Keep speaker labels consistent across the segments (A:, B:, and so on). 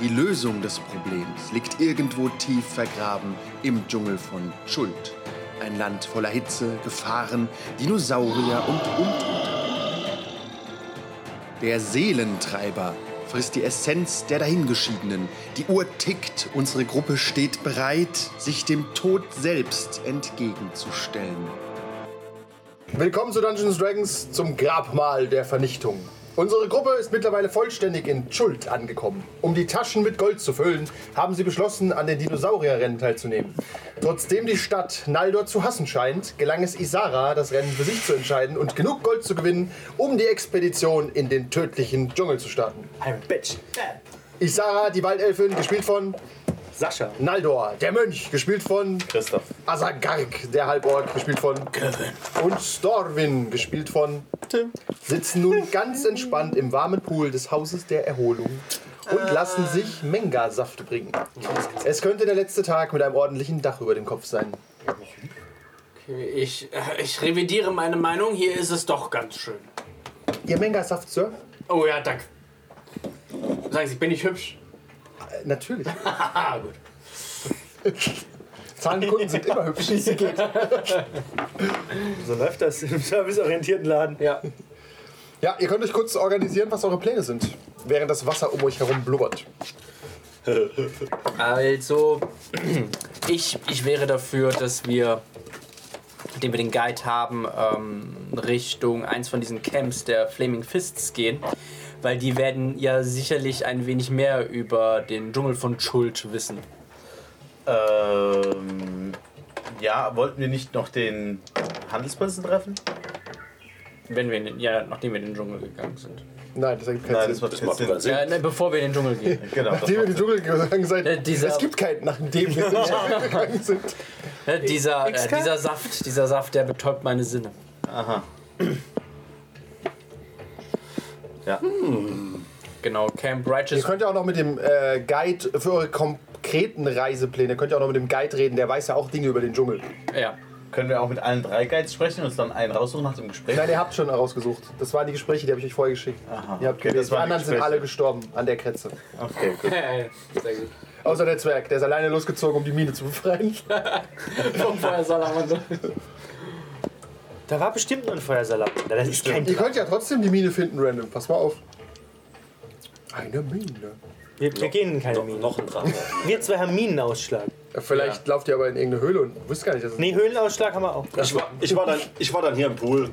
A: Die Lösung des Problems liegt irgendwo tief vergraben im Dschungel von Schuld. Ein Land voller Hitze, Gefahren, Dinosaurier und Untote. Der Seelentreiber frisst die Essenz der Dahingeschiedenen. Die Uhr tickt, unsere Gruppe steht bereit, sich dem Tod selbst entgegenzustellen.
B: Willkommen zu Dungeons Dragons zum Grabmal der Vernichtung. Unsere Gruppe ist mittlerweile vollständig in Schuld angekommen. Um die Taschen mit Gold zu füllen, haben sie beschlossen, an den Dinosaurierrennen teilzunehmen. Trotzdem die Stadt Naldor zu hassen scheint, gelang es Isara, das Rennen für sich zu entscheiden und genug Gold zu gewinnen, um die Expedition in den tödlichen Dschungel zu starten.
C: I'm a bitch.
B: Isara, die Waldelfin, gespielt von
C: Sascha.
B: Naldor, der Mönch, gespielt von
C: Christoph.
B: Asagark, der Halborg, gespielt von Kevin. Und Storwin, gespielt von Tim, sitzen nun ganz entspannt im warmen Pool des Hauses der Erholung und lassen sich Menga-Saft bringen. Es könnte der letzte Tag mit einem ordentlichen Dach über dem Kopf sein.
D: Ich, äh, ich revidiere meine Meinung, hier ist es doch ganz schön.
B: Ihr Menga-Saft, Sir?
D: Oh ja, danke. Sagen Sie, bin ich hübsch?
B: Äh, Natürlich.
D: Ah, gut.
B: Zahnkunden sind immer hübsch.
C: So läuft das im serviceorientierten Laden.
D: Ja.
B: Ja, ihr könnt euch kurz organisieren, was eure Pläne sind, während das Wasser um euch herum blubbert.
D: Also, ich, ich wäre dafür, dass wir, den wir den Guide haben, ähm, Richtung eins von diesen Camps der Flaming Fists gehen. Weil die werden ja sicherlich ein wenig mehr über den Dschungel von Schuld wissen.
E: Ähm, ja, wollten wir nicht noch den Handelsprinzen treffen?
D: Wenn wir in den, ja, nachdem wir in den Dschungel gegangen sind.
B: Nein, das ergibt keinen Sinn.
E: macht jetzt Sinn.
D: Ja, ne, bevor wir in den Dschungel gehen.
E: Genau, das
B: Nachdem wir in den
E: macht Sinn.
B: Dschungel gegangen seid,
D: Äh, dieser-
B: es gibt keinen, nachdem wir in den Dschungel gegangen sind.
D: Ne, dieser, äh,
B: XK?
D: dieser Saft, dieser Saft, der betäubt meine Sinne.
E: Aha. Ja.
D: Genau, Camp
B: Ihr
D: Righteous.
B: könnt ja auch noch mit dem äh, Guide für eure konkreten Reisepläne, könnt ihr auch noch mit dem Guide reden, der weiß ja auch Dinge über den Dschungel.
D: Ja.
E: Können wir auch mit allen drei Guides sprechen und uns dann einen raussuchen nach dem Gespräch?
B: Nein, ihr habt schon rausgesucht. Das waren die Gespräche, die habe ich euch vorher geschickt.
E: Aha.
B: Ihr habt
E: Okay, das
B: die
E: waren die
B: anderen sind
E: Gespräche.
B: alle gestorben an der Kretze.
E: Okay, gut.
D: Sehr gut.
B: Außer der Zwerg, der ist alleine losgezogen, um die Mine zu befreien.
D: Vom Feuersalamander.
C: Da war bestimmt noch ein Feuersalat. Das ist kein
B: ihr könnt ja trotzdem die Mine finden, random. Pass mal auf. Eine Mine.
C: Wir, wir gehen in keine Minen. Noch ein Drache. Wir zwei haben Minenausschlag.
B: Äh, Vielleicht lauft ihr aber in irgendeine Höhle und wisst gar nicht, dass es.
C: Nee, Höhlenausschlag haben wir auch.
F: Ich war, ich, war dann, ich war dann hier im Pool.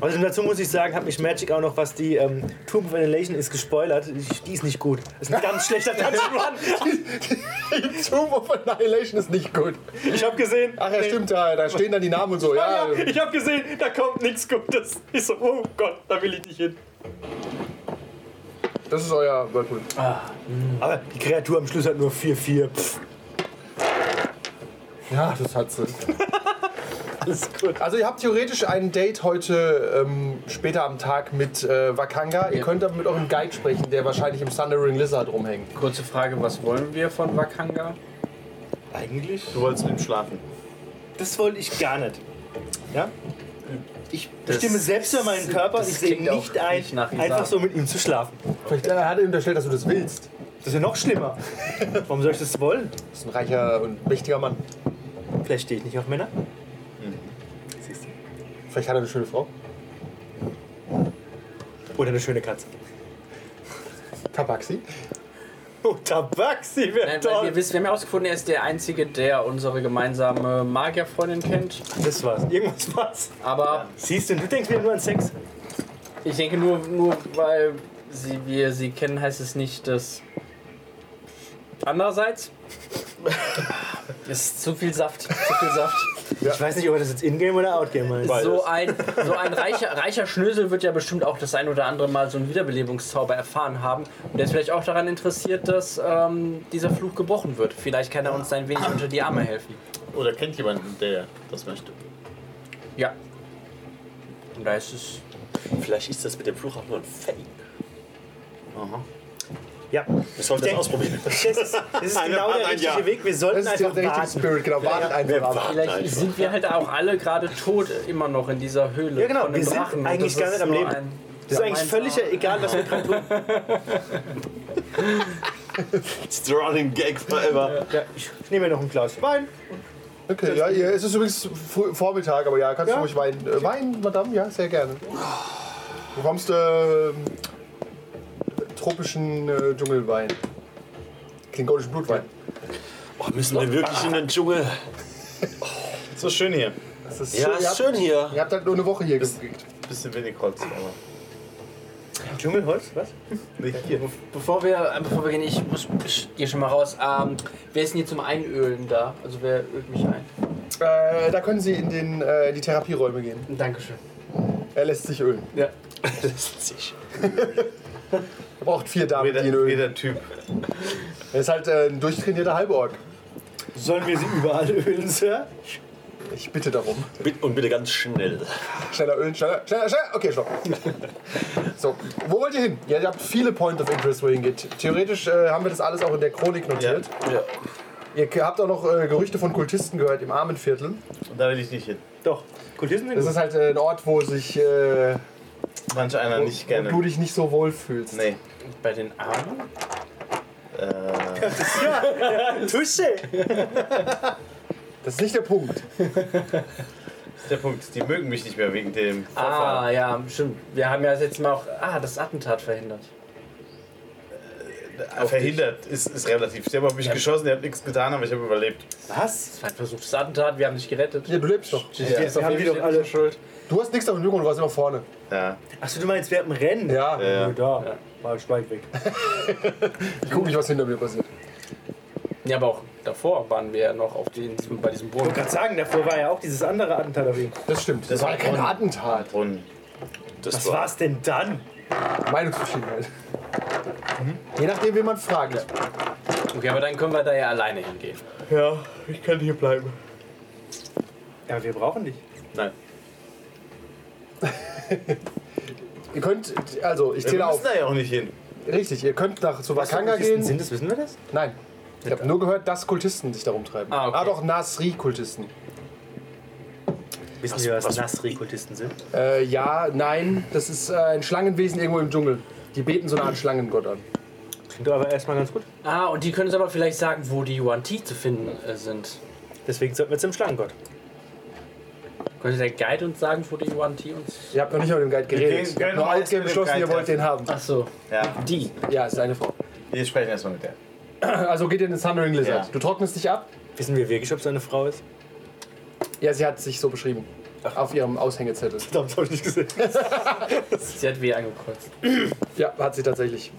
C: Also dazu muss ich sagen, hat mich Magic auch noch, was die ähm, Tomb of Annihilation ist, gespoilert. Ich, die ist nicht gut. Das ist ein ganz schlechter Dungeon Run.
B: Die Tomb of Annihilation ist nicht gut.
C: Ich hab gesehen.
B: Ach ja, stimmt, da, da stehen dann die Namen und so. Ja,
C: Ja, ich hab gesehen, da kommt nichts Gutes. Ich so, oh Gott, da will ich nicht hin.
B: das ist euer Whirlpool.
C: Aber die Kreatur am Schluss hat nur 4-4. Pff,
B: Ja, das hat sie.
C: alles gut.
B: Also ihr habt theoretisch ein Date heute ähm, später am Tag mit äh, Wakanga. Ihr könnt aber mit eurem Guide sprechen, der wahrscheinlich im Thundering Lizard rumhängt.
D: Kurze Frage, was wollen wir von Wakanga?
C: Eigentlich?
E: Du wolltest mit ihm schlafen.
C: Das wollte ich gar nicht. Ja?
D: Ich
C: Stimme selbst über meinen Körper,
D: das
C: ich sehe
D: klingt
C: nicht
D: auch
C: ein,
D: nicht nach Isar.
C: einfach so mit ihm zu schlafen.
B: Vielleicht äh, hat er unterstellt, dass du das willst.
C: Das ist ja noch schlimmer. Warum soll ich das wollen?
B: Das ist ein reicher und mächtiger Mann.
C: Vielleicht stehe ich nicht auf Männer.
B: Vielleicht hat er eine schöne Frau.
C: Oder eine schöne Katze.
B: Tabaxi.
C: Oh, Tabak, sie wäre
D: Nein, weil wir,
C: toll.
D: wissen, wir haben ja herausgefunden, er ist der Einzige, der unsere gemeinsame Magierfreundin kennt.
C: Das war's. Irgendwas war's.
D: Aber
C: Siehst du, du denkst wieder nur an Sex.
D: ich denke, nur, nur weil sie, wir sie kennen, heißt es nicht, dass. Andererseits. Es ist zu viel Saft. Zu viel Saft.
C: Ich weiß nicht, ob das jetzt Ingame oder Outgame ist.
D: So ein, so ein reicher, reicher Schnösel wird ja bestimmt auch das ein oder andere Mal so einen Wiederbelebungszauber erfahren haben. Und der ist vielleicht auch daran interessiert, dass ähm, dieser Fluch gebrochen wird. Vielleicht kann er uns ein wenig unter die Arme helfen.
E: Oder kennt jemanden, der das möchte?
D: Ja. Und da ist es.
F: Vielleicht ist das mit dem Fluch auch nur ein Fake.
C: Ja,
F: Wir sollten das
C: denk-
F: ausprobieren.
C: das ist, das ist
F: Eine
C: genau
F: Wand,
C: der
F: ein
C: richtige
F: Ja.
C: Weg. Wir
B: Das
C: sollten
B: ist der
C: einfach
B: richtige
C: warten.
B: Spirit, genau. Wartet einfach ab.
D: Vielleicht
F: Nein,
D: sind wir halt auch alle gerade tot immer noch in dieser Höhle.
C: Ja, genau.
D: von dem
C: Wir sind
D: Drachen. Und
C: eigentlich
D: das
C: gar
D: ist
C: nicht am
D: nur
C: Leben.
D: ein-
C: Das ist eigentlich völlig egal, was wir gerade tun.
F: It's the running gag forever.
C: Ja, ich nehme mir noch ein Glas Wein.
B: Okay, ja, ihr- es ist übrigens früh- Vormittag, aber ja, kannst du ruhig Wein. Äh, Wein, Madame, ja, sehr gerne. Du kommst äh, tropischen äh, Dschungelwein. Klingonischen Blutwein.
F: Oh, müssen wir wirklich in den Dschungel?
E: So schön hier.
B: Das ist
F: Ja,
B: ihr,
F: ist
B: habt,
F: schön hier.
B: ihr habt halt nur eine Woche hier gekriegt.
E: Bisschen wenig Holz, aber
C: Dschungelholz? Was?
E: nicht hier.
D: Bevor wir, äh, bevor wir gehen, ich muss, ich gehe schon mal raus. Ähm, wer ist denn hier zum Einölen da? Also wer ölt mich ein?
B: Äh, da können sie in den, äh, in die Therapieräume gehen.
D: Dankeschön.
B: Er lässt sich ölen.
D: Ja.
B: Er braucht vier Damen,
E: Jeder,
B: die ihn ölen.
E: jeder Typ.
B: Er ist halt äh, ein durchtrainierter Halborg.
C: Sollen wir sie überall ölen, Sir?
B: Ich bitte darum.
F: Bit- Und bitte ganz schnell.
B: Schneller ölen, schneller, schneller, schneller. Okay, stopp. So, wo wollt ihr hin? Ja, ihr habt viele Point of Interest, wo ihr hingeht. Theoretisch äh, haben wir das alles auch in der Chronik notiert.
F: Ja.
B: Ihr k- habt auch noch äh, Gerüchte von Kultisten gehört im Armenviertel.
E: Und da will ich nicht hin.
C: Doch. Kultisten sind
F: Mhm.
B: Das
C: gut.
B: ist halt äh, ein Ort, wo sich äh,
E: Manch einer nicht
B: wo
E: gerne.
B: du dich nicht so wohl fühlst.
E: Nee.
D: Bei den Armen?
E: Äh,
C: Tusche!
B: Das ist nicht der Punkt.
E: das ist der Punkt. Die mögen mich nicht mehr wegen dem Vorfall.
D: Ah, ja, stimmt. Wir haben ja das letzte Mal auch ah, das Attentat verhindert.
E: Verhindert ist, ist relativ. Sie haben auf mich geschossen, die hat nichts getan, aber ich habe überlebt.
C: Was?
D: Das war ein versuchtes Attentat, wir haben dich gerettet.
B: Ja, du lebst doch.
D: Ja,
C: Wir haben die doch alle schuld.
B: Du hast nichts davon übrig, du warst immer vorne.
E: Ja.
C: Achso, du meinst, wir haben ein Rennen?
B: Ja,
C: Ja,
E: Ja.
C: da. War ich weit weg.
B: ich guck nicht, was hinter mir passiert.
D: Ja, aber auch davor waren wir ja noch auf den, bei diesem
C: Ich
D: Boden.
C: wollte gerade sagen, davor war ja auch dieses andere Attentat auf ihn.
B: Das stimmt. Das,
E: Das
B: war
E: war
B: kein
E: Brunnen.
B: Attentat.
E: Brunnen.
F: Das
C: Was
F: war.
C: war's denn dann?
B: Meinungsverschiedenheit.
E: Mhm.
B: Je nachdem, wen man fragt.
D: Okay, aber dann können wir da ja alleine hingehen.
E: Ja, ich kann hier bleiben.
C: Ja, wir brauchen dich.
E: Nein.
B: Ihr könnt, also ich
E: Wir
B: zähle
E: müssen
B: auf.
E: da ja auch nicht hin.
B: Richtig, ihr könnt nach zu Wakanga
C: Kultisten
B: gehen.
C: Sind das, wissen wir das?
B: Nein. Ich habe nur gehört, dass Kultisten sich darum treiben.
D: Ah, okay.
B: doch, Nasri-Kultisten.
C: Wissen wir, was Nasri-Kultisten sind?
B: Äh, ja, nein, das ist äh, ein Schlangenwesen irgendwo im Dschungel. Die beten so eine Art Schlangengott an.
C: Klingt aber erstmal ganz gut.
D: Ah, und die können uns aber vielleicht sagen, wo die Yuan Ti zu finden äh, sind.
C: Deswegen sollten wir zum Schlangengott.
D: Könnte der Guide uns sagen, wo die Yuan Ti uns.
B: Ihr habt noch nicht mit dem Guide geredet.
E: gehen-
B: Ihr habt
E: können
B: nur
E: wir
B: Outgame
E: erst mit dem
B: beschlossen, ihr
E: Guide
B: wollt den haben.
D: Ach so.
E: Ja,
D: Die.
B: Ja, ist eine Frau.
E: wir sprechen erstmal mit der.
B: Also geht ihr in den Thundering Lizard.
E: Ja.
B: Du trocknest dich ab.
C: Wissen wir wirklich, ob es eine Frau ist?
B: Ja, sie hat sich so beschrieben. Auf ihrem Aushängezettel.
C: Verdammt, habe ich nicht gesehen.
D: Sie hat weh angekreuzt.
B: Ja, hat sie tatsächlich.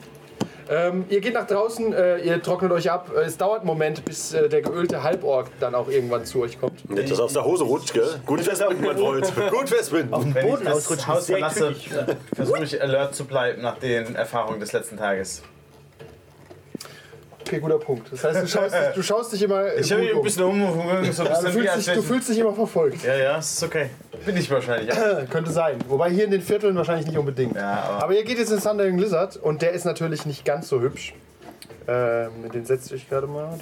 B: Ähm, ihr geht nach draußen, äh, ihr trocknet euch ab. Äh, Es dauert einen Moment, bis äh, der geölte Halborg dann auch irgendwann zu euch kommt.
F: Nicht, dass er aus der Hose rutscht, gell? Gut festbinden, mein Freund. Gut festbinden.
E: Wenn
C: Boden
E: ich das
C: ausrutschen,
E: Haus
C: sehr
E: verlasse, versuche ich alert zu bleiben nach den Erfahrungen des letzten Tages.
B: Okay, guter Punkt. Das heißt, du schaust, dich- du schaust dich immer.
E: Ich habe
B: gut
E: mich ein bisschen umgewogen, so ein
B: Oh, Ja, du,
E: bisschen wie
B: fühlst
E: als
B: dich, du
E: wäre
B: fühlst dich immer verfolgt.
E: ich- Ja, ja, ist okay. Bin ich wahrscheinlich. auch.
B: Äh, Könnte sein. Wobei hier in den Vierteln wahrscheinlich nicht unbedingt.
E: Ja, aber-
B: aber ihr geht jetzt in Thundering Lizard und der ist natürlich nicht ganz so hübsch. Ähm, den setze ich gerade mal.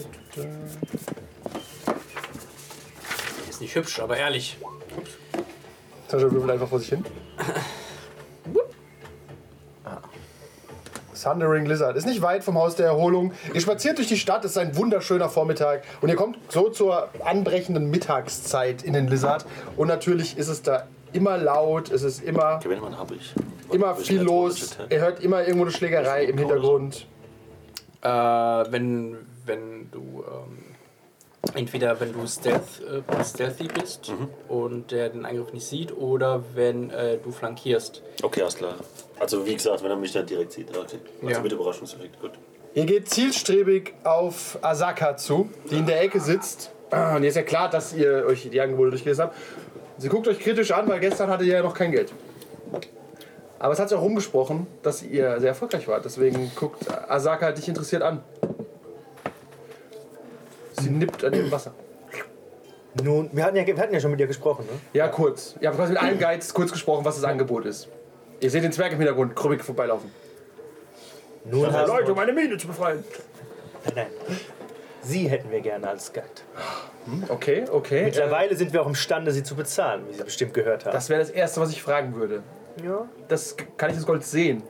D: Ist nicht hübsch, aber ehrlich.
B: Sascha würfelt einfach vor sich hin.
F: Ah.
B: Thundering Lizard. Ist nicht weit vom Haus der Erholung. Ihr spaziert durch die Stadt, es ist ein wunderschöner Vormittag. Und ihr kommt so zur anbrechenden Mittagszeit in den Lizard. Und natürlich ist es da immer laut, es ist immer,
F: Gewinn, Mann, hab ich.
B: immer viel los. Ihr hört immer irgendwo eine Schlägerei im Hintergrund.
D: Äh, wenn, wenn du. Ähm, entweder wenn du stealth, äh, stealthy bist und der den Angriff nicht sieht, oder wenn äh, du flankierst.
F: Okay, alles klar. Also, wie gesagt, wenn er mich dann direkt sieht. Okay. Also,
D: Ja.
F: mit Überraschungseffekt. Gut.
B: Ihr geht zielstrebig auf Asaka zu, die in der Ecke sitzt Ah, Und jetzt ist ja klar, dass ihr euch die Angebote durchgelesen habt. Sie guckt euch kritisch an, weil gestern hatte ihr ja noch kein Geld. Aber es hat sich auch rumgesprochen, dass ihr sehr erfolgreich wart. Deswegen guckt Asaka dich interessiert an. Sie nippt an ihrem Wasser.
C: Nun, wir hatten, ja, wir hatten ja schon mit dir gesprochen, ne?
B: Ja, kurz. Ihr habt quasi mit allen Guides kurz gesprochen, was das Angebot ist. Ihr seht den Zwerg im Hintergrund, krummig vorbeilaufen.
C: Nun haben
B: Leute, um meine Mädel zu befreien.
C: Nein, nein. Sie hätten wir gerne als Guide.
B: Okay, okay. Äh,
C: Mittlerweile sind wir auch imstande, sie zu bezahlen, wie Sie bestimmt gehört haben.
B: Das wäre das Erste, was ich fragen würde.
C: ja.
B: Das, kann ich das Gold sehen?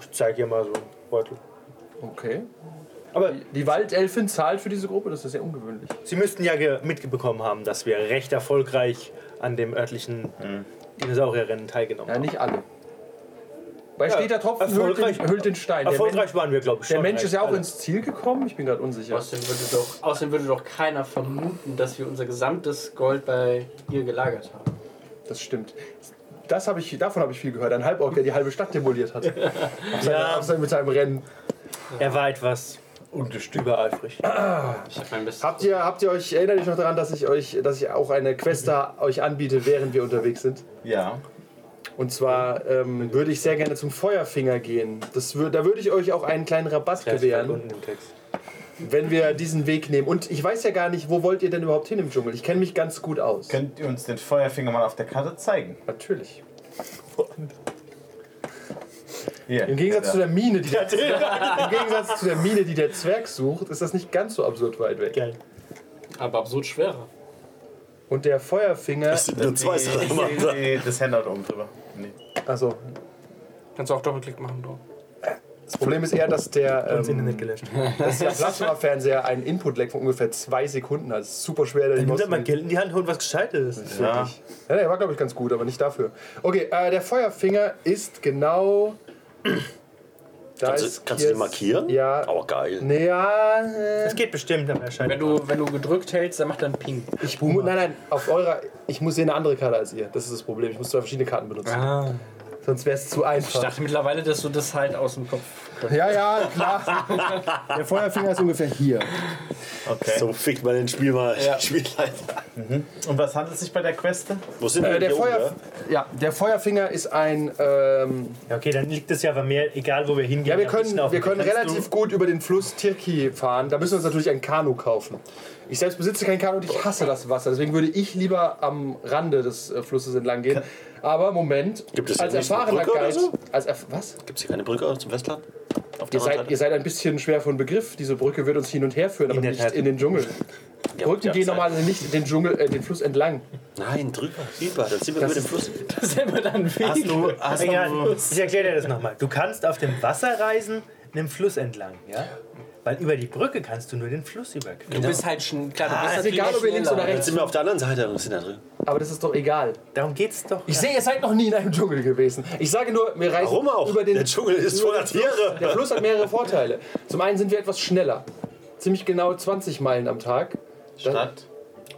C: Ich zeig ihr mal so einen Beutel.
B: Okay.
C: Aber
B: Die Waldelfin zahlt für diese Gruppe, das ist sehr ungewöhnlich.
C: Sie müssten ja ge- mitbekommen haben, dass wir recht erfolgreich an dem örtlichen Dinosaurierrennen teilgenommen
B: Ja,
C: haben.
B: nicht alle. Bei
C: Ja,
B: steter Tropfen hüllt
C: erfolgreich-
B: den, hüllt den Stein. Der
C: Erfolgreich
B: Men-
C: waren wir, glaube ich.
B: Der
C: schon Also,
B: Mensch
C: recht
B: ist ja auch
C: alle.
B: ins Ziel gekommen, ich bin gerade unsicher.
D: Außerdem würde, doch, außerdem würde doch keiner vermuten, dass wir unser gesamtes Gold bei ihr gelagert haben.
B: Das stimmt. Das hab ich, davon habe ich viel gehört. Ein Halborg, der die halbe Stadt demoliert hat. Auf seine-
C: Ja.
B: auf seine- mit seinem Rennen.
C: Er war etwas übereifrig.
D: Ich habe mein Bestes.
B: Habt ihr, habt ihr euch, erinnert euch noch daran, dass ich euch, dass ich auch eine Quest da euch anbiete, während wir unterwegs sind?
E: Ja.
B: Und zwar ähm, würde ich sehr gerne zum Feuerfinger gehen. Das wür, da würde ich euch auch einen kleinen Rabatt
C: Das stand
B: gewähren,
C: unten im Text.
B: wenn wir diesen Weg nehmen. Und ich weiß ja gar nicht, wo wollt ihr denn überhaupt hin im Dschungel? Ich kenne mich ganz gut aus.
E: Könnt ihr uns den Feuerfinger mal auf der Karte zeigen?
B: Natürlich.
E: Hier.
B: Im Gegensatz, zu der Mine, die der Zwerg, Im Gegensatz zu der Mine, die der Zwerg sucht, ist das nicht ganz so absurd weit weg.
C: Geil.
D: Aber absurd schwerer.
B: Und der Feuerfinger.
F: Das sind nur zwei
E: Nee,
F: Salamander.
E: nee, das Handout oben drüber. Nee.
B: Also,
D: Kannst du auch Doppelklick machen, Bro.
B: das Problem ist eher, dass der,
C: Das Internet
B: ähm,
C: gelöscht.
B: dass der Plasma-Fernseher einen Input-Lag von ungefähr zwei Sekunden hat. Das ist super schwer, da die
C: Nimm
B: Maus
C: doch mal
B: zu-
C: Geld in die Hand, holen was Gescheites.
E: Ja.
B: Ja, der war, glaube ich, ganz gut, aber nicht dafür. Okay, äh, der Feuerfinger ist genau. Da
F: Kannst, du-
B: ist
F: Also, kannst du
B: jetzt-
F: den markieren?
B: Ja.
F: Oh, geil.
B: Nee, ja. äh,
C: Das geht bestimmt, aber er scheint.
D: Wenn du, wenn du gedrückt hältst, dann macht er einen Ping.
B: Ich mu- nein, nein, auf eurer. Ich muss hier eine andere Karte als ihr. Das ist das Problem. Ich muss zwei verschiedene Karten benutzen. Sonst wäre es zu
D: Ich
B: einfach.
D: dachte mittlerweile, dass du das halt aus dem Kopf.
B: Ja, ja, klar. Der Feuerfinger ist ungefähr hier.
E: Okay.
F: So fickt man den Spiel halt. mal.
D: Ja.
F: Spielleiter.
E: Und was handelt es sich bei der Queste?
F: Wo sind wir
B: Äh, der,
F: hier oben,
B: Feuer,
F: ne?
B: ja, der Feuerfinger ist ein. Ähm,
C: Ja, okay, dann liegt es ja bei mir, egal wo wir hingehen.
B: ja, wir
C: am
B: können,
C: liebsten auf
B: wir
C: dem
B: können
C: Kannst
B: relativ gut über den Fluss Tirki fahren. Da müssen wir uns natürlich ein Kanu kaufen. Ich selbst besitze kein Kanu und ich hasse das Wasser. Deswegen würde ich lieber am Rande des äh, Flusses entlang gehen. Aber Moment,
F: Gibt es
B: als
F: hier nicht eine
B: erfahrener
F: Brücke oder
B: Guide.
F: so?
B: Als erf was?
F: Gibt's hier keine Brücke zum Festland? Auf
B: Ihr
F: der
B: seid, ihr
F: anderen Seite?
B: seid ein bisschen schwer von Begriff. Diese Brücke wird uns hin und her führen, aber
C: der
B: nicht
C: Tat.
B: halt- in den Dschungel.
F: Ja,
B: Brücken
F: ja,
B: gehen
F: seid-
B: normalerweise nicht den, Dschungel, äh, den Fluss entlang.
F: Nein, drüber, drüber. Dann sind wir
B: Das
F: über dem
B: ist-
F: Fluss.
D: Das ist immer dann ein Weg.
E: Hast du, hast
C: du- Egal,
E: du
C: ich erkläre dir das nochmal. Du kannst auf dem Wasser reisen, einem Fluss entlang, ja? Weil über die Brücke kannst du nur den Fluss überqueren.
D: Du bist halt schon. Klar, du bist
B: ist
D: natürlich
B: egal, ob ihr links
D: schneller.
B: oder
F: Dann
B: rechts-
F: sind wir auf der anderen Seite und sind da drin.
B: Aber das ist doch egal.
C: Darum geht's doch.
B: Ich sehe, ihr seid noch nie in einem Dschungel gewesen. Ich sage nur, wir reisen
F: Warum auch?
B: über den
F: der Dschungel ist
B: über
F: voller
B: den Fluss.
F: Tiere.
B: Der Fluss hat mehrere Vorteile. Zum einen sind wir etwas schneller. Ziemlich genau 20 Meilen am Tag.
E: Stadt.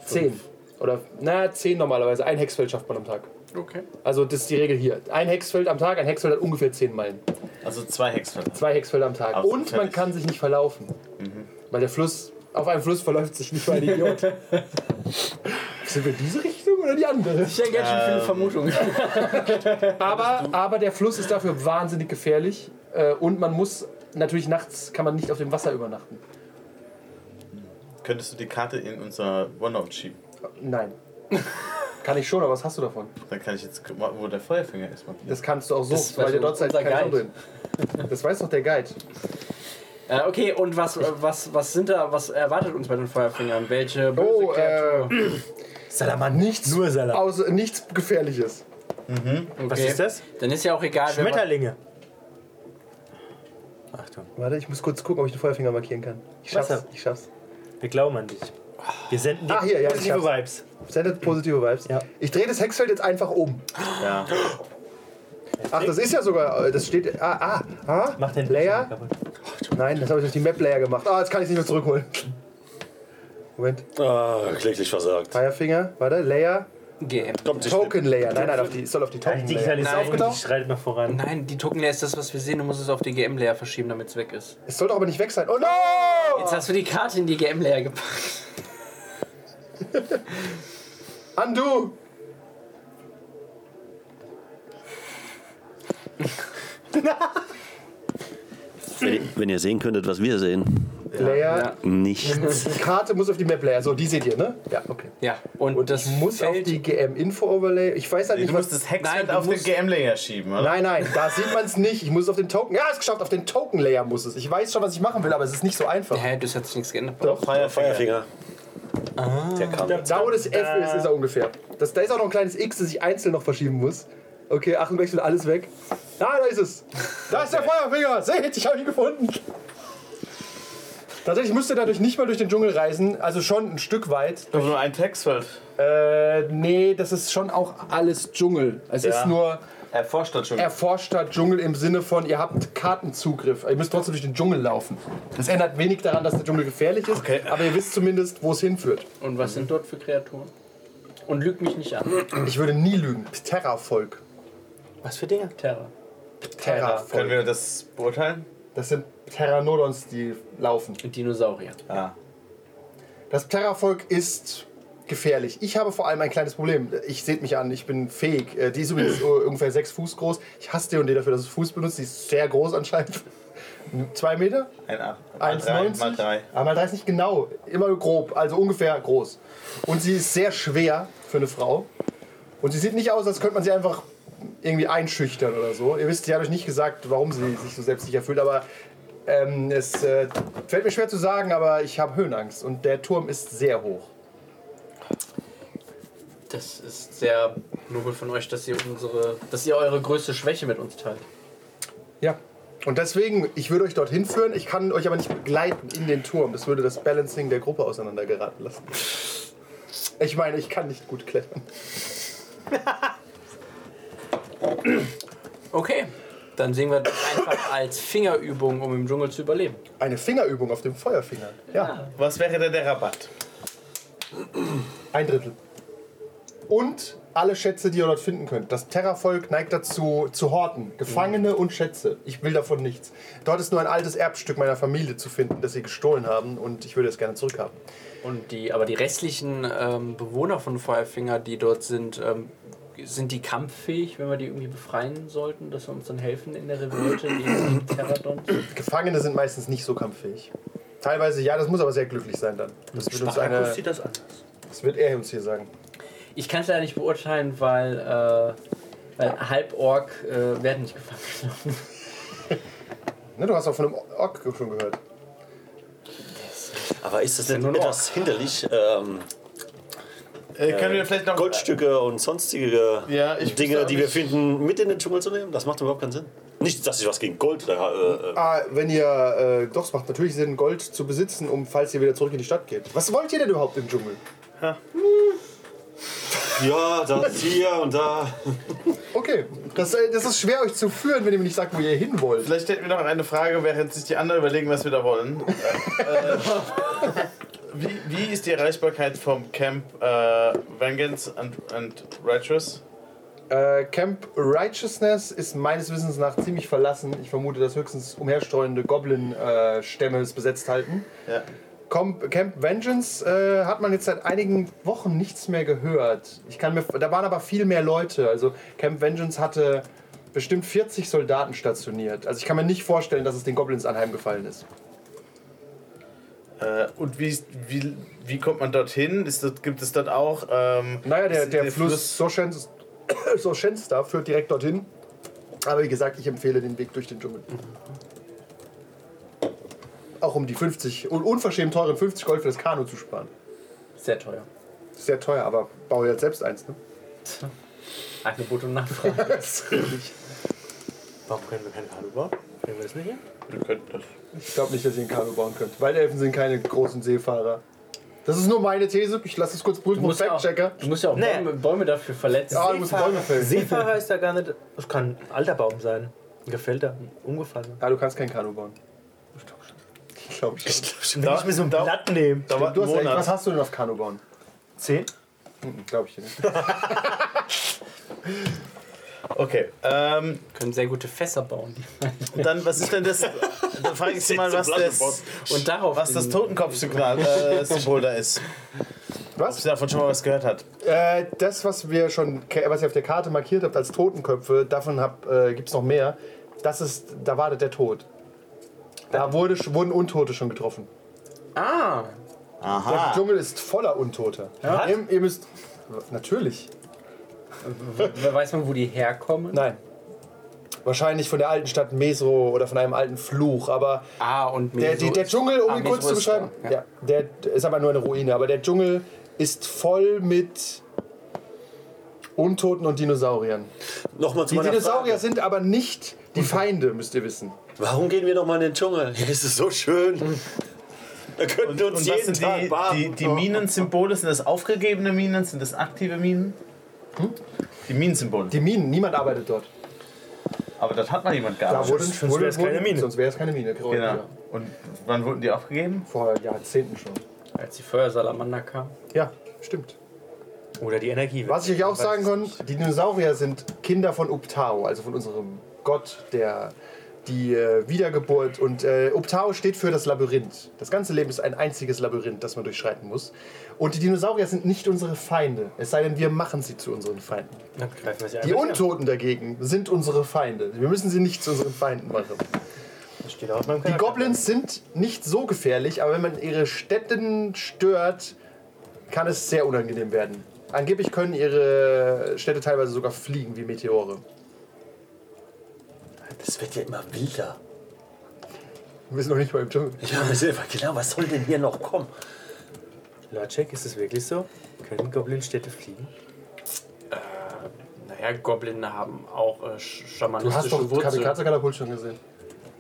B: 10. Oder, naja, 10 normalerweise. Ein Hexfeld schafft man am Tag.
D: Okay.
B: Also das ist die Regel hier. Ein Hexfeld am Tag, ein Hexfeld hat ungefähr 10 Meilen.
E: Also zwei Hexfelder.
B: Zwei Hexfelder am Tag.
E: Also
B: Und man
E: fertig.
B: kann sich nicht verlaufen.
D: Mhm.
B: Weil der Fluss, auf einem Fluss verläuft sich nicht mal ein Idiot. Sind wir diese Richtung oder die andere?
D: Ich hätte ganz schön viele Vermutungen.
B: Aber, aber der Fluss ist dafür wahnsinnig gefährlich. Äh, Und man muss, natürlich nachts kann man nicht auf dem Wasser übernachten.
E: Könntest du die Karte in unser OneNote schieben?
B: Nein. Kann ich schon, aber was hast du davon?
E: Dann kann ich jetzt gucken, wo der Feuerfinger ist. markieren.
B: Das kannst du auch so,
D: Das
B: weil
D: weiß
B: der dort halt seid
D: unser
B: kein
D: Guide.
B: drin. Das weiß doch der Guide.
D: Äh, okay, und was, äh, was, was sind da, was erwartet uns bei den Feuerfingern? Welche böse
B: Oh,
D: Kreatur?
B: äh,
D: äh,
C: Salaman,
B: nichts,
C: Nur Salat.
B: außer, nichts Gefährliches.
D: okay.
C: was ist das?
D: Dann ist ja auch egal, wer-
C: Schmetterlinge. Achtung,
B: Warte, ich muss kurz gucken, ob ich den Feuerfinger markieren kann. Ich schaff's.
C: Wasser.
B: Ich schaff's.
C: wir glauben an dich. Wir senden dir
B: Ah, hier, ja,
C: positive
B: ich
C: Vibes.
B: Sendet positive Vibes.
C: Ja.
B: Ich drehe das Hexfeld jetzt einfach um.
E: Ja.
B: Ach, das ist ja sogar. äh, Das steht. Ah, ah, ah.
C: Mach den
B: Layer?
C: kaputt.
B: Nein, das habe ich durch die Map Layer gemacht. Ah, jetzt kann ich nicht mehr zurückholen. Moment.
F: Ah, kläglich versagt.
B: Firefinger. Warte, Layer.
D: GM.
F: Kommt sich
B: Token Layer. Nein, nein, auf die, es soll auf die
C: Ja,
B: Token Layer.
C: die
B: Ist
C: Digitalisierung die
B: aufgetaucht?
C: schreitet noch voran.
D: Nein, die Token Layer ist das, was wir sehen. Du musst es auf die GM-Layer verschieben, damit es weg ist.
B: Es soll doch aber nicht weg sein. Oh no!
D: Jetzt hast du die Karte in die GM-Layer gepackt.
B: Andu!
G: Wenn ihr sehen könntet, was wir sehen.
B: Leia.
G: Nichts.
B: Die Karte muss auf die Map Leia. So, die seht ihr, ne? Ja, okay.
D: Ja, und,
B: Und
D: das
B: ich muss auf
D: Feld,
B: die GM-Info-Overlay. Ich weiß halt
E: Du
B: nicht,
E: musst
B: was.
E: das
D: Nein,
E: Hexfeld
D: du
E: auf den
D: musst-
E: GM-Layer schieben, oder?
B: Nein, nein, da sieht man es nicht. Ich muss es auf den Token. Ja, es geschafft. Auf den Token-Layer muss es. Ich weiß schon, was ich machen will, aber es ist nicht so einfach.
D: Hä, das hat sich nichts geändert.
E: Feierfinger.
F: Finger. Der kam.
B: Da, wo das F ist, ist er ungefähr. Das, da ist auch noch ein kleines X, das ich einzeln noch verschieben muss. Okay, Achtung, wechselt alles weg. Ah, da ist es. Da ist der Feuerfinger. Seht, ich habe ihn gefunden. Tatsächlich müsst ihr dadurch nicht mal durch den Dschungel reisen. Also schon ein Stück weit.
E: Doch nur ein Hexfeld.
B: Äh, nee, das ist schon auch alles Dschungel. Es ist nur
E: Erforscht das schon.
B: erforschter Dschungel im Sinne von, ihr habt Kartenzugriff. Ihr müsst trotzdem durch den Dschungel laufen. Das ändert wenig daran, dass der Dschungel gefährlich ist.
E: Okay.
B: Aber ihr wisst zumindest, wo es hinführt.
D: Und was sind dort für Kreaturen? Und lüg mich nicht an.
B: Ich würde nie lügen. Terravolk.
D: Was für Dinge? Terra.
E: Können
B: Terravolk.
E: wir das beurteilen?
B: Das sind Terranodons, die laufen.
D: Und Dinosaurier.
B: Das Terravolk ist gefährlich. Ich habe vor allem ein kleines Problem. Ich seht mich an, ich bin fähig. Äh, Die ist übrigens uh, ungefähr sechs Fuß groß. Ich hasse D&D dafür, dass es Fuß benutzt. Die ist sehr groß anscheinend. Zwei Meter?
E: Ein Acht. Mal drei,
B: 1,90?
E: mal drei.
B: Aber mal drei ist nicht genau. Immer grob, also ungefähr groß. Und sie ist sehr schwer für eine Frau. Und sie sieht nicht aus, als könnte man sie einfach irgendwie einschüchtern oder so. Ihr wisst, ihr habt euch nicht gesagt, warum sie sich so selbstsicher fühlt, aber ähm, es äh, fällt mir schwer zu sagen, aber ich habe Höhenangst und der Turm ist sehr hoch.
D: Das ist sehr nobel von euch, dass ihr unsere, dass ihr eure größte Schwäche mit uns teilt.
B: Ja. Und deswegen, ich würde euch dorthin führen, ich kann euch aber nicht begleiten in den Turm. Das würde das Balancing der Gruppe auseinandergeraten lassen. Ich meine, ich kann nicht gut klettern.
D: Okay, dann sehen wir das einfach als Fingerübung, um im Dschungel zu überleben.
B: Eine Fingerübung auf dem Feuerfinger. ja.
E: Was wäre denn der Rabatt?
B: Ein Drittel. Und alle Schätze, die ihr dort finden könnt. Das Terravolk neigt dazu, zu horten. Gefangene
C: Mhm.
B: und Schätze. Ich will davon nichts. Dort ist nur ein altes Erbstück meiner Familie zu finden, das sie gestohlen haben und ich würde es gerne zurückhaben.
D: Und die, aber die restlichen ähm, Bewohner von Feuerfinger, die dort sind, ähm, sind die kampffähig, wenn wir die irgendwie befreien sollten, dass wir uns dann helfen in der Revolte gegen die Terradons?
B: Gefangene sind meistens nicht so kampffähig. Teilweise ja, das muss aber sehr glücklich sein dann. Das wird uns eine,
C: sieht das anders.
B: das wird er uns hier sagen.
D: Ich kann es leider nicht beurteilen, weil, äh, weil Halborg äh, werden nicht gefangen genommen.
B: Ne, du hast auch von einem Ork schon gehört.
F: Aber ist das
D: ja
F: denn
D: nur ein
F: etwas hinderlich? Ähm,
E: Äh, können wir vielleicht noch.
F: Goldstücke und sonstige
E: Ja, ich wüsste
F: Dinge,
E: auch
F: die wir
E: nicht.
F: finden, mit in den Dschungel zu nehmen? Das macht überhaupt keinen Sinn. Nicht, dass ich was gegen Gold. Äh, äh,
B: Ah, wenn ihr, äh, doch, es macht natürlich Sinn, Gold zu besitzen, um falls ihr wieder zurück in die Stadt geht. Was wollt ihr denn überhaupt im Dschungel?
F: ja, das hier und da.
B: Okay, das, äh, das ist schwer euch zu führen, wenn ihr mir nicht sagt, wo ihr hin wollt.
E: Vielleicht hätten wir noch eine Frage, während sich die anderen überlegen, was wir da wollen. äh, wie, wie ist die Erreichbarkeit vom Camp äh, Vengeance and, and Righteous?
B: Äh, Camp Righteousness ist meines Wissens nach ziemlich verlassen. Ich vermute, dass höchstens umherstreuende Goblin-Stämme es besetzt halten.
E: Ja.
B: Com Camp Vengeance äh, hat man jetzt seit einigen Wochen nichts mehr gehört. Ich kann mir, da waren aber viel mehr Leute. Also Camp Vengeance hatte bestimmt 40 Soldaten stationiert. Also ich kann mir nicht vorstellen, dass es den Goblins anheimgefallen ist.
E: Äh, und wie, ist- wie, wie kommt man dorthin? Ist das, gibt es dort auch. Ähm,
B: Naja, der,
E: ist
B: der, Fluss, Fluss Soschensta führt direkt dorthin. Aber wie gesagt, ich empfehle den Weg durch den Dschungel. Auch um die 50 und unverschämt teuren 50 Gold für das Kanu zu sparen.
D: Sehr teuer.
B: Ist sehr teuer, aber baue jetzt selbst eins, ne?
D: Angebot und Nachfrage.
C: Warum können wir keinen Kanu bauen? Können wir das nicht hin?
E: Wir könnten das.
B: Ich glaube nicht, dass ihr ein Kanu bauen könnt. Waldelfen sind keine großen Seefahrer. Das ist nur meine These. Ich lasse es kurz prüfen vom
D: ja auch,
B: Fact-Checker.
D: du musst ja auch
C: Nee.
D: Bäume, Bäume dafür verletzen.
B: Ah, du musst Bäume fällen.
C: Seefahrer ist da gar nicht. Das kann ein alter Baum sein. Ein gefällter, ein umgefallener.
B: Ah, du kannst kein Kanu bauen. Ich glaube schon.
C: Wenn ich mir so ein Blatt nehme.
E: Da war
B: Du hast recht.
E: Monat.
B: Was hast du denn auf Kanu bauen?
C: Zehn?
B: Glaube ich dir nicht.
E: Okay. Ähm,
D: können sehr gute Fässer bauen.
E: und dann, was ist denn das? Dann frage ich Sie mal, was das,
D: Und darauf
E: was das
D: den-
E: Totenkopfsignal äh, Symbol da ist. Ob
B: Was?
E: sie davon schon mal was gehört hat.
B: Äh, das, was wir schon, ke- was ihr auf der Karte markiert habt als Totenköpfe, davon hab, äh, gibt es noch mehr. Das ist, da wartet der Tod. Da wurde, sch- wurden Untote schon getroffen.
D: Ah,
B: Der Dschungel ist voller Untote. Ihr, ihr müsst. Natürlich.
D: wer weiß man, wo die herkommen?
B: Nein. Wahrscheinlich von der alten Stadt Mesro oder von einem alten Fluch, aber
D: Ah, und
B: Der,
D: Meso
B: die, der
D: ist-
B: Dschungel, um
D: Ah,
B: ihn
D: Meso
B: kurz zu
D: ist da,
B: beschreiben, ja. der ist aber nur eine Ruine, aber der Dschungel ist voll mit Untoten und Dinosauriern.
F: Nochmal zu
B: Die
F: meiner
B: Dinosaurier
F: Frage.
B: sind aber nicht die Feinde, müsst ihr wissen.
F: Warum gehen wir nochmal in den Dschungel? Hier ist es so schön. Da könnten wir uns
E: Und was
F: jeden
E: sind
F: Tag
E: die,
F: baden.
E: die, Oh. die Minensymbole? Sind das aufgegebene Minen? Sind das aktive Minen? Die Minensymbole.
B: Die Minen, niemand arbeitet dort.
E: Aber das hat mal jemand
B: Da
E: gearbeitet.
B: wurde,
C: sonst wär's keine Mine.
B: Sonst wäre es keine Mine.
E: Genau. Und wann wurden die aufgegeben?
B: Vor Jahrzehnten schon.
D: Als die Feuersalamander kam.
B: Ja, stimmt.
C: Oder die Energie.
B: Was ich euch auch
C: Weiß
B: sagen kann, die Dinosaurier sind Kinder von Uptao, also von unserem Gott, der die äh, Wiedergeburt und äh, Uptao steht für das Labyrinth. Das ganze Leben ist ein einziges Labyrinth, das man durchschreiten muss. Und die Dinosaurier sind nicht unsere Feinde, es sei denn, wir machen sie zu unseren Feinden.
C: Dann greifen wir sie
B: Die
C: einfach an.
B: Untoten dagegen sind unsere Feinde. Wir müssen sie nicht zu unseren Feinden machen.
C: Das steht auch auf meinem
B: Die
C: Charakter.
B: Goblins sind nicht so gefährlich, aber wenn man ihre Städten stört, kann es sehr unangenehm werden. Angeblich können ihre Städte teilweise sogar fliegen wie Meteore.
F: Das wird ja immer wilder.
B: Wir sind noch nicht mal im Dschungel.
F: Ich meine, genau, was soll denn hier noch kommen?
C: Lodcheck, ist es wirklich so? Können Goblin-Städte fliegen?
D: Naja, Goblin haben auch äh, sch-
B: Du hast
D: schamanistische
B: doch
D: Wurzeln.
B: Katze schon gesehen.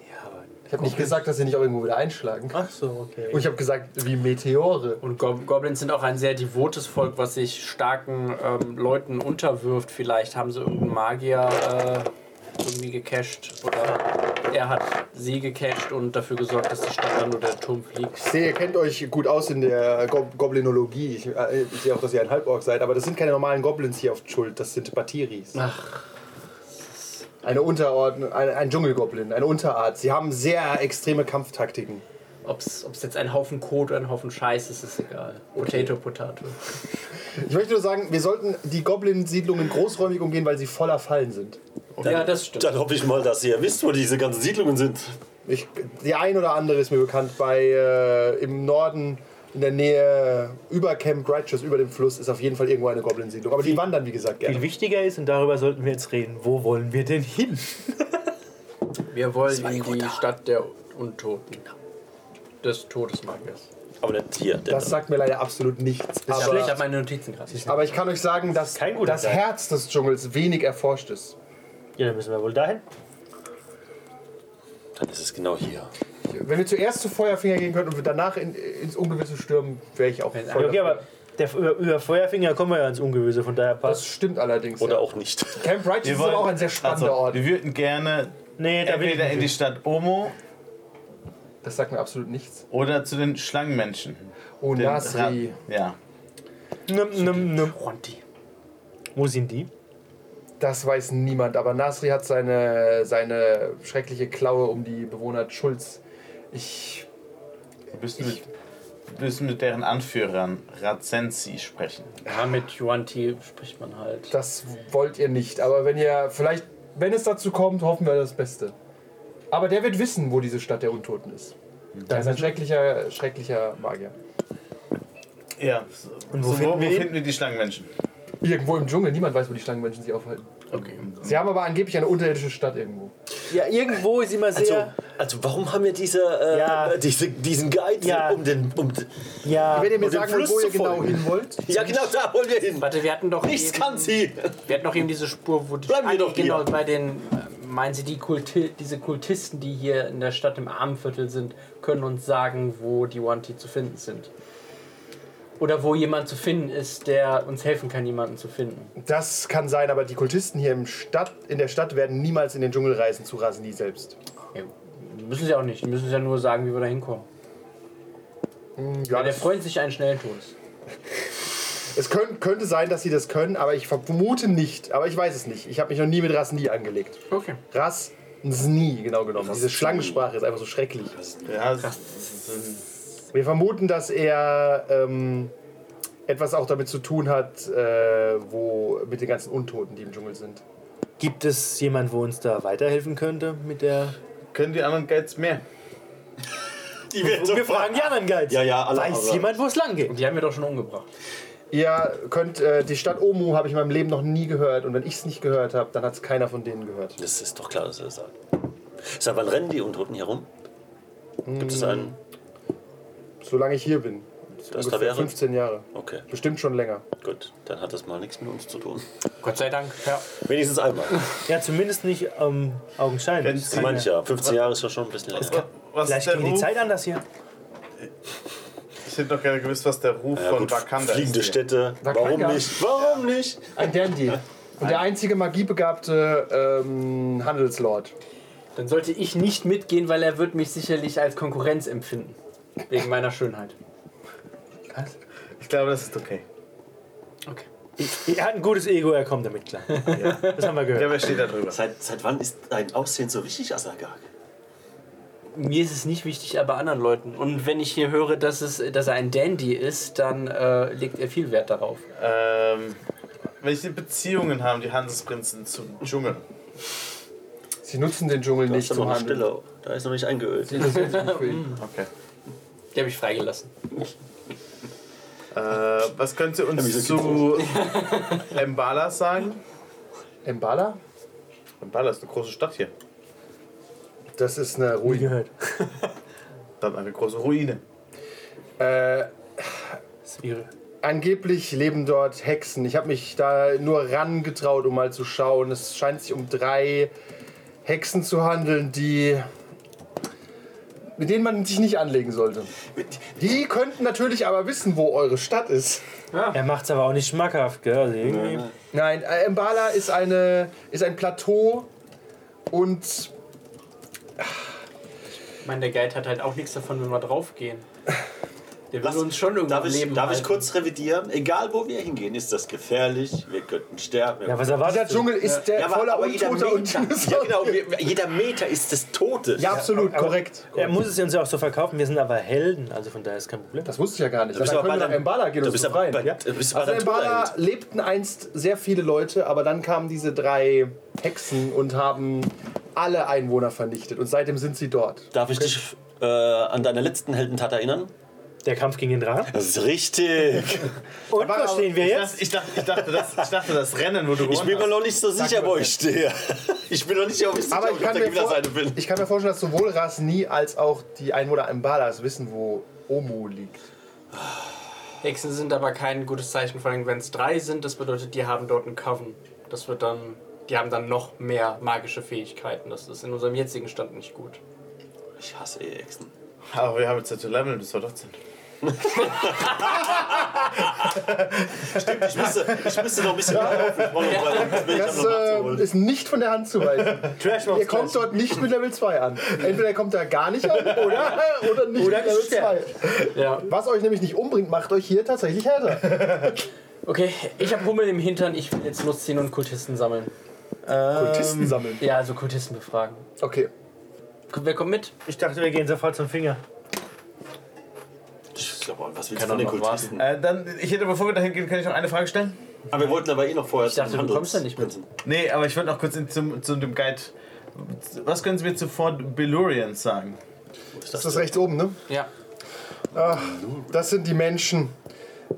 C: Ja, aber.
B: Ich habe nicht gesagt, dass sie nicht auch irgendwo wieder einschlagen.
C: Ach so, okay.
B: Und ich habe gesagt, wie Meteore.
D: Und Go Goblins sind auch ein sehr devotes Volk, was sich starken ähm, Leuten unterwirft. Vielleicht haben sie irgendeinen Magier äh, irgendwie gecached oder er hat sie gecached und dafür gesorgt, dass die Stadt dann nur der Turm fliegt.
B: Ich sehe, ihr kennt euch gut aus in der Go Goblinologie. Ich, äh, ich sehe auch, dass ihr ein Halborg seid, aber das sind keine normalen Goblins hier auf Schuld, das sind Batiris.
D: Ach,
B: Eine Unterordnung, ein, ein Dschungelgoblin, eine Unterart. Sie haben sehr extreme Kampftaktiken.
D: ob es jetzt ein Haufen Kot oder ein Haufen Scheiß ist, ist egal. Potato, Potato.
B: Ich möchte nur sagen, wir sollten die Goblin-Siedlungen großräumig umgehen, weil sie voller Fallen sind.
D: ja, das stimmt.
F: Dann hoffe ich mal, dass ihr wisst, wo diese ganzen Siedlungen sind.
B: Ich, die ein oder andere ist mir bekannt. Bei äh, im Norden in der Nähe über Camp Righteous, über dem Fluss, ist auf jeden Fall irgendwo eine Goblin-Siedlung. Aber die wandern, wie gesagt,
C: Viel
B: gerne.
C: wichtiger ist, und darüber sollten wir jetzt reden, wo wollen wir denn hin?
D: Wir wollen in die Stadt der Untoten. Des Todesmagiers.
F: Aber nicht hier. Denn
B: Das sagt mir leider absolut nichts.
D: Aber ich habe
B: Aber,
D: meine Notizen gerade.
B: aber ich kann euch sagen, dass
C: Kein guter
B: das
C: Tag.
B: Herz des Dschungels wenig erforscht ist.
C: Ja, dann müssen wir wohl dahin.
F: dann ist es genau hier.
B: Wenn wir zuerst zu Feuerfinger gehen könnten und danach in, ins Ungewisse stürmen, wäre ich auch voll
C: Ja, okay,
B: dafür.
C: aber der, über, über Feuerfinger kommen wir ja ins Ungewisse, von daher
B: Das
C: passt.
B: stimmt allerdings.
F: Oder
B: ja.
F: auch nicht.
B: Camp Righteous ist aber auch ein sehr spannender
E: also,
B: Ort.
E: Wir würden gerne
C: Nee, da bin ich
E: entweder
C: nicht.
E: in die Stadt Omo
B: Das sagt mir absolut nichts.
E: oder zu den Schlangenmenschen.
B: Oh,
E: Den
B: Nasri.
E: Ra- Ja.
C: Nimm, nimm, nimm.
D: Ronti.
C: Wo sind die?
B: Das weiß niemand, aber Nasri hat seine, seine schreckliche Klaue um die Bewohner Schulz. Ich.
E: Wir müssen mit, wir müssen mit deren Anführern Razensi sprechen.
D: Ja, mit Yuan-Ti spricht man halt.
B: Das wollt ihr nicht, aber wenn ihr. Vielleicht, wenn es dazu kommt, hoffen wir das Beste. Aber der wird wissen, wo diese Stadt der Untoten ist. Das ist ein schrecklicher, schrecklicher Magier.
E: Ja. Und
C: wo finden wir ihn?
E: finden wir die Schlangenmenschen?
B: Irgendwo im Dschungel, niemand weiß, wo die Schlangenmenschen sich aufhalten.
D: Okay.
B: Sie haben aber angeblich eine unterirdische Stadt irgendwo.
C: Ja, irgendwo ist immer
F: Also,
C: sehr.
F: also warum haben wir diese, äh,
C: Ja.
F: äh, diese, diesen Guide,
C: Ja.
F: um den... Um, den-
C: ja,
B: Wenn ihr mir
F: Und dem
B: sagen wollt,
F: Fluss
B: wo ihr
F: zu
B: genau
F: folgen.
B: hin wollt,
F: ja, genau, da wollen wir hin.
D: Warte, wir hatten doch
F: Nichts
D: eben-
F: kann sie.
D: Wir hatten noch eben diese Spur, wo die
F: Bleiben wir
D: Ah, nee,
F: doch hier.
D: genau bei den äh, meinen Sie die Kulti diese Kultisten, die hier in der Stadt im Armenviertel sind, können uns sagen, wo die Wanti zu finden sind. Oder wo jemand zu finden ist, der uns helfen kann, jemanden zu finden.
B: Das kann sein, aber die Kultisten hier im Stadt, in der Stadt werden niemals in den Dschungel reisen zu Rasni selbst.
D: Ja, müssen sie auch nicht. Die müssen ja nur sagen, wie wir da hinkommen.
B: Ja,
D: Der
B: das,
D: freut sich einen schnellen Tod.
B: es können, könnte sein, dass sie das können, aber ich vermute nicht. Aber ich weiß es nicht. Ich habe mich noch nie mit Rasni angelegt.
D: Okay.
B: Rasni, genau genommen. Diese Schlangensprache ist einfach so schrecklich.
E: Ja, das- das sind-
B: Wir vermuten, dass er ähm, etwas auch damit zu tun hat, äh, wo mit den ganzen Untoten, die im Dschungel sind.
C: Gibt es jemanden, wo uns da weiterhelfen könnte mit der.
E: Können die anderen Guides mehr?
F: Die wird
C: Wir fragen die anderen Guides.
F: Ja, ja, alle.
C: Weiß
F: aber-
C: jemand, wo es lang geht?
D: Die haben wir doch schon umgebracht.
B: Ihr könnt, äh, die Stadt Omu habe ich in meinem Leben noch nie gehört und wenn ich es nicht gehört habe, dann hat es keiner von denen gehört.
F: Das ist doch klar, dass er das sagt. Seit wann rennen die Untoten hier rum? Gibt es einen?
B: Solange ich hier bin.
F: Das
B: Ungefähr
F: da wäre.
B: 15 Jahre.
F: Okay,
B: Bestimmt schon länger.
F: gut. Dann hat das mal nichts mit uns zu tun.
D: Gott sei Dank. Ja.
F: Wenigstens einmal.
C: Ja, zumindest nicht ähm, augenscheinlich.
E: Kennst du
C: Keine-
F: Mancher. 15 Jahre ist ja schon ein bisschen länger.
E: Was
C: Vielleicht
E: ist der
C: ging die
E: Ruf?
C: Zeit anders hier.
E: Ich hätte noch gerne gewusst, was der Ruf
F: Ja,
E: von
F: gut,
E: Wakanda
F: fliegende
E: ist.
F: Städte. Warum
B: Wakanda.
F: nicht? Warum nicht?
B: Ein Dandy. Und der einzige magiebegabte ähm, Handelslord.
D: Dann sollte ich nicht mitgehen, weil er wird mich sicherlich als Konkurrenz empfinden. Wegen meiner Schönheit.
E: Ich glaube, das ist okay.
D: Okay.
C: Er hat ein gutes Ego, er kommt damit klar. Das haben wir
E: Ja,
C: gehört.
E: wer steht da drüber?
F: Seit, seit wann ist dein Aussehen so wichtig, Asagak?
D: Mir ist es nicht wichtig, aber anderen Leuten. Und wenn ich hier höre, dass, es, dass er ein Dandy ist, dann äh, legt er viel Wert darauf.
E: Ähm, welche Beziehungen haben die Hansesprinzen zum Dschungel?
B: Sie nutzen den Dschungel
F: Da
B: nicht
F: ist doch
B: zum
F: noch eine
B: Handeln.
F: Stille. Da ist noch nicht eingeölt.
E: Okay.
D: Die habe ich freigelassen.
E: Äh, was könnt ihr uns
F: so
E: zu Mbala sagen?
B: Embala?
E: Mbala ist eine große Stadt hier.
B: Das ist eine
C: Wie
B: ruhige.
C: gehört.
E: Dann eine große Ruine.
B: Äh,
D: Das ist ihre.
B: angeblich leben dort Hexen. Ich habe mich da nur rangetraut, um mal zu schauen. Es scheint sich um drei Hexen zu handeln, die. mit denen man sich nicht anlegen sollte. Die könnten natürlich aber wissen, wo eure Stadt ist.
C: Er macht's aber auch nicht schmackhaft, gell? Also irgendwie.
B: Nein, äh, Mbala ist, eine, ist ein Plateau und
D: Ich meine, der Guide hat halt auch nichts davon, wenn wir draufgehen. Der will
F: Lass-
D: uns schon irgendwo
F: Darf
D: im
F: ich,
D: Leben
F: darf ich
D: halten.
F: kurz revidieren? Egal, wo wir hingehen, ist das gefährlich. Wir könnten sterben.
C: Ja, was
B: dieser
C: erwartest du?
B: Dschungel ist der
F: Ja, aber-
B: voller
F: aber jeder
B: Untoter und
F: Meter, ja,
B: Dinosaurier.
F: genau, wir- jeder Meter ist des Todes.
B: Ja, absolut, korrekt.
C: Er muss es uns ja auch so verkaufen. Wir sind aber Helden, also von daher ist kein Problem.
B: Das wusste ich ja gar nicht.
F: bist
B: dann
F: aber
B: können wir
F: bei
B: nach
F: der-
B: Embala gehen
F: da
B: und
F: bist
B: so
F: du aber
B: rein.
F: bei-
B: ja?
F: da bist du bei
B: Also in
F: der Tour
B: Embala
F: halt.
B: lebten einst sehr viele Leute, aber dann kamen diese drei Hexen und haben alle Einwohner vernichtet. Und seitdem sind sie dort.
F: Darf ich dich äh, an deine letzten Heldentat erinnern?
C: Der Kampf gegen den Drachen.
F: Das ist richtig.
C: Und wo stehen wir
E: Ich
C: jetzt?
E: dachte, ich dachte, ich dachte, das, ich dachte das Rennen, wo du
F: Ich bin mir
E: gewonnen
F: noch nicht so sicher, wo ich stehe. Ich bin noch nicht sicher, ob ich sicher
B: Aber
F: ob
B: ich
F: ich auf
B: kann,
F: der
B: mir
F: Gewinnerseite
B: vor,
F: bin.
B: ich kann mir vorstellen, dass sowohl Rasni als auch die Einwohner Embalas wissen, wo Omu liegt.
D: Hexen sind aber kein gutes Zeichen, vor allem wenn es drei sind. Das bedeutet, die haben dort einen Coven. Das wird dann, die haben dann noch mehr magische Fähigkeiten. Das ist in unserem jetzigen Stand nicht gut.
F: Ich hasse eh E-Echsen.
E: hast. Aber wir haben jetzt ja zu leveln bis 14.
F: Ich müsste, ich müsste noch ein bisschen mehr auf mich machen, weil ich
B: Das
F: habe noch
B: äh,
F: nachzuholen.
B: ist nicht von der Hand zu weisen.
C: Trash
B: Ihr kommt dort nicht mit Level 2 an. Entweder kommt da gar nicht an oder, oder nicht mit Level 2.
D: Ja.
B: Was euch nämlich nicht umbringt, macht euch hier tatsächlich härter.
D: Okay, ich habe Hummel im Hintern. Ich will jetzt losziehen und Kultisten sammeln.
F: Ähm.
B: Kultisten sammeln.
D: Ja, also Kultisten befragen.
B: Okay.
D: Wer kommt mit?
C: Ich dachte, wir gehen sofort zum Finger.
F: Ich glaube, was willst du von den
D: auch noch
F: Kultisten?
E: Äh, dann, ich hätte, bevor wir dahin gehen, kann ich noch eine Frage stellen?
F: Aber wir wollten aber eh noch vorher ich
D: dachte, du kommst ja nicht mit.
E: Nee, aber ich wollte noch kurz in, zum, zu dem Guide. Was können Sie mir zu Fort Belurian sagen?
B: Das ist rechts oben, ne?
D: Ja.
B: Das sind die Menschen,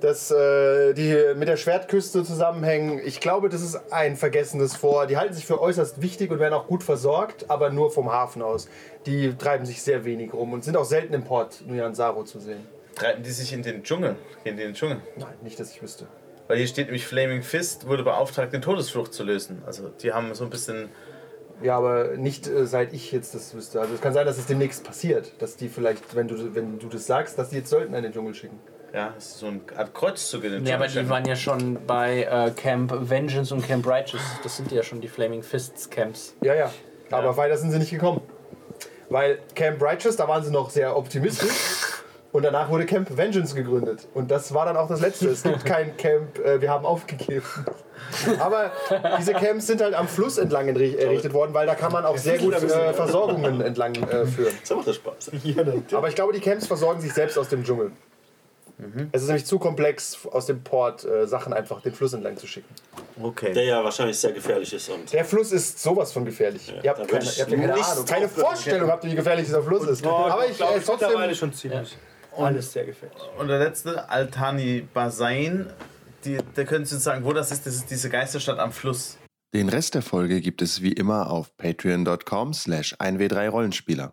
B: das, äh, die mit der Schwertküste zusammenhängen. Ich glaube, das ist ein vergessenes Vor. Die halten sich für äußerst wichtig und werden auch gut versorgt, aber nur vom Hafen aus. Die treiben sich sehr wenig rum und sind auch selten im Port Nyansaru zu sehen.
E: Treiben die sich in den Dschungel? Gehen die in den Dschungel?
B: Nein, nicht, dass ich wüsste.
E: Weil hier steht nämlich, Flaming Fist wurde beauftragt, den Todesfluch zu lösen. Also die haben so ein bisschen...
B: Ja, aber nicht äh, seit ich jetzt das wüsste. Also es kann sein, dass es demnächst passiert, dass die vielleicht, wenn du, wenn du das sagst, dass die jetzt Söldner in den Dschungel schicken.
E: Ja, es ist so eine Art Kreuzzug in den
D: Ja, aber
E: Dschungel.
D: die waren ja schon bei äh, Camp Vengeance und Camp Righteous. Das sind ja schon die Flaming Fists Camps.
B: Ja, ja. Aber weiter sind sie nicht gekommen. Weil Camp Righteous, da waren sie noch sehr optimistisch. Und danach wurde Camp Vengeance gegründet. Und das war dann auch das Letzte. Es gibt kein Camp, äh, wir haben aufgegeben. Aber diese Camps sind halt am Fluss entlang enri- errichtet worden, weil da kann man auch sehr gut äh, Versorgungen entlang äh, führen.
F: Das macht doch Spaß.
B: Aber ich glaube, die Camps versorgen sich selbst aus dem Dschungel. Es ist nämlich zu komplex, aus dem Port äh, Sachen einfach den Fluss entlang zu schicken.
F: Der
C: Okay.
F: ja wahrscheinlich sehr gefährlich ist und
B: Der Fluss ist sowas von gefährlich. ihr
F: da
B: habt keine,
F: würd ich
B: ihr habt ja keine
E: nichts
B: Ahnung, keine
E: drauf
B: Vorstellung habt ihr, wie gefährlich dieser Fluss ist. Aber ich,
C: Oh, glaub,
B: äh, trotzdem,
C: mittlerweile schon ziemlich. Alles sehr gefährlich.
E: Und der letzte, Altani Basain, die, der könnte uns sagen, wo das ist. Das ist diese Geisterstadt am Fluss.
A: Den Rest der Folge gibt es wie immer auf patreon.com slash 1w3rollenspieler.